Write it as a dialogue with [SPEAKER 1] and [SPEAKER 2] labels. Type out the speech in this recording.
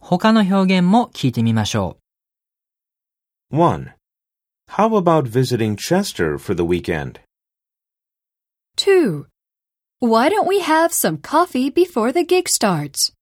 [SPEAKER 1] 他の表現も聞いてみましょ
[SPEAKER 2] 1. How about visiting Chester for the weekend?
[SPEAKER 3] 2. Why don't we have some coffee before the gig starts?